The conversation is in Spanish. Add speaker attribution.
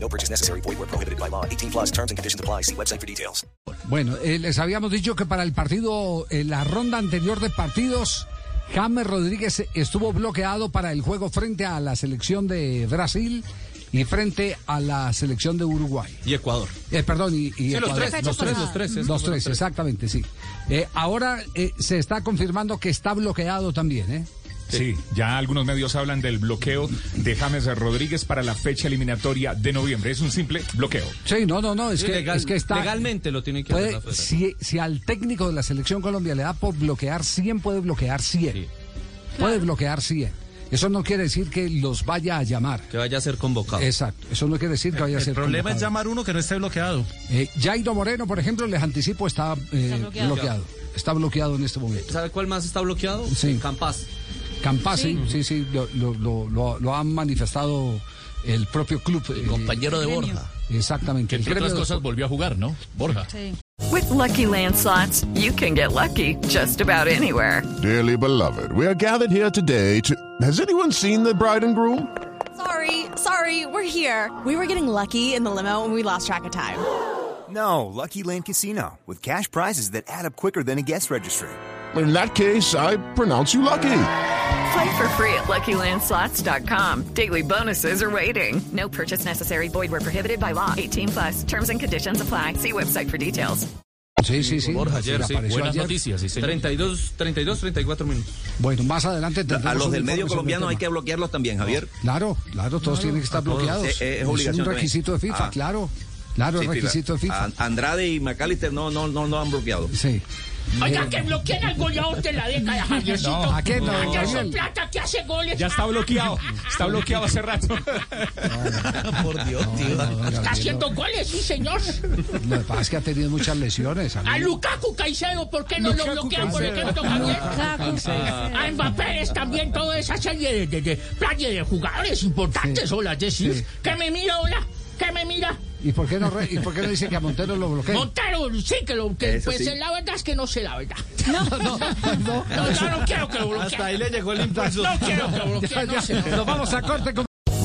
Speaker 1: No purchase necessary. Void where prohibited by law. 18 plus terms and conditions apply. See website for details.
Speaker 2: Bueno, eh, les habíamos dicho que para el partido, en la ronda anterior de partidos, James Rodríguez estuvo bloqueado para el juego frente a la selección de Brasil y frente a la selección de Uruguay.
Speaker 3: Y Ecuador.
Speaker 2: Eh, perdón, y, y
Speaker 3: Sí, los
Speaker 2: Ecuador.
Speaker 3: tres, los tres, los tres, es
Speaker 2: Los
Speaker 3: como los
Speaker 2: tres,
Speaker 3: tres.
Speaker 2: exactamente, sí. Eh, ahora eh, se está confirmando que está bloqueado también, ¿eh?
Speaker 4: Sí, ya algunos medios hablan del bloqueo de James Rodríguez para la fecha eliminatoria de noviembre. Es un simple bloqueo.
Speaker 2: Sí, no, no, no, es, que,
Speaker 3: Legal-
Speaker 2: es que está...
Speaker 3: Legalmente lo tiene que hacer
Speaker 2: Puede,
Speaker 3: la federación.
Speaker 2: si, si al técnico de la selección Colombia le da por bloquear 100, puede bloquear 100.
Speaker 3: Sí.
Speaker 2: Puede bloquear 100. Eso no quiere decir que los vaya a llamar.
Speaker 3: Que vaya a ser convocado.
Speaker 2: Exacto. Eso no quiere decir que vaya a ser.
Speaker 5: El problema es
Speaker 2: convocado.
Speaker 5: llamar uno que no esté bloqueado.
Speaker 2: Eh, Jairo Moreno, por ejemplo, les anticipo, está, eh, bloqueado.
Speaker 6: bloqueado.
Speaker 2: Está bloqueado en este momento.
Speaker 3: ¿Sabe cuál más está bloqueado?
Speaker 2: Sí.
Speaker 3: Campas.
Speaker 2: Campasi, sí, sí, lo, lo- lo- lo- lo han manifestado el propio club. eh,
Speaker 3: Compañero de Borja.
Speaker 2: Exactamente.
Speaker 7: Que
Speaker 2: el
Speaker 7: entre
Speaker 2: gremio de-
Speaker 7: otras cosas volvió a jugar, ¿no? Borja.
Speaker 8: With Lucky Land slots, you can get lucky just about anywhere.
Speaker 9: Dearly beloved, we are gathered here today to. Has anyone seen the bride and groom?
Speaker 10: Sorry, sorry, we're here. We were getting lucky in the limo and we lost track of time.
Speaker 11: No, Lucky Land Casino, with cash prizes that add up quicker than a guest registry.
Speaker 9: In that case, I pronounce you lucky.
Speaker 8: Play for free at LuckyLandSlots.com. Daily bonuses are waiting. No purchase necessary. Void where prohibited by law. 18 plus. Terms and conditions apply. See website for details.
Speaker 2: Sí, sí, sí.
Speaker 3: Borja ayer, sí,
Speaker 2: apareció
Speaker 7: Buenas
Speaker 2: ayer.
Speaker 7: noticias, sí, señor.
Speaker 3: 32, 32, 34 minutos.
Speaker 2: Bueno, más adelante
Speaker 5: A
Speaker 2: tendremos
Speaker 5: los
Speaker 2: un
Speaker 5: del medio
Speaker 2: informe sobre el
Speaker 5: colombiano hay
Speaker 2: tema.
Speaker 5: que bloquearlos también, Javier.
Speaker 2: Claro, claro, todos tienen que estar bloqueados.
Speaker 5: Eh, eh, es obligación
Speaker 2: un
Speaker 5: también.
Speaker 2: requisito de FIFA,
Speaker 5: Ah.
Speaker 2: claro. Claro,
Speaker 5: Sí, Ah.
Speaker 2: es requisito de FIFA.
Speaker 5: An- Andrade y McAllister no, no, no, no han bloqueado.
Speaker 2: Sí.
Speaker 7: Oiga, que bloqueen al goleador de la década, Javiercito.
Speaker 2: ¿A qué no, Daniel?
Speaker 7: plata que hace goles.
Speaker 4: Ya está bloqueado. Está bloqueado hace rato.
Speaker 3: Por Dios, tío.
Speaker 2: No, no, Gabriel,
Speaker 7: goles, sí, señor.
Speaker 2: Lo que pasa es que ha tenido muchas lesiones. amigo.
Speaker 7: Lukaku Caicedo, ¿por qué
Speaker 4: no lo Lukaku bloquean, por Caicedo. ejemplo,
Speaker 7: Javier?
Speaker 6: Ah.
Speaker 7: A Mbappé Pérez también toda esa serie de, de, de playa de jugadores importantes,
Speaker 2: Sí.
Speaker 7: hola, es decir,
Speaker 2: Sí.
Speaker 7: que me mira, hola, que me mira.
Speaker 2: ¿Y por qué no, re- y por qué no dice que a Montero lo bloquea?
Speaker 7: Montero, sí que lo que,
Speaker 5: Eso
Speaker 7: pues
Speaker 5: sí.
Speaker 7: eh, la verdad es que no sé la verdad.
Speaker 2: no, no, no.
Speaker 7: No, yo no quiero que lo
Speaker 3: Hasta ahí
Speaker 7: bloqueen.
Speaker 3: le llegó el impulso.
Speaker 7: No quiero que lo bloqueen, no sé.
Speaker 2: Nos vamos a corte con...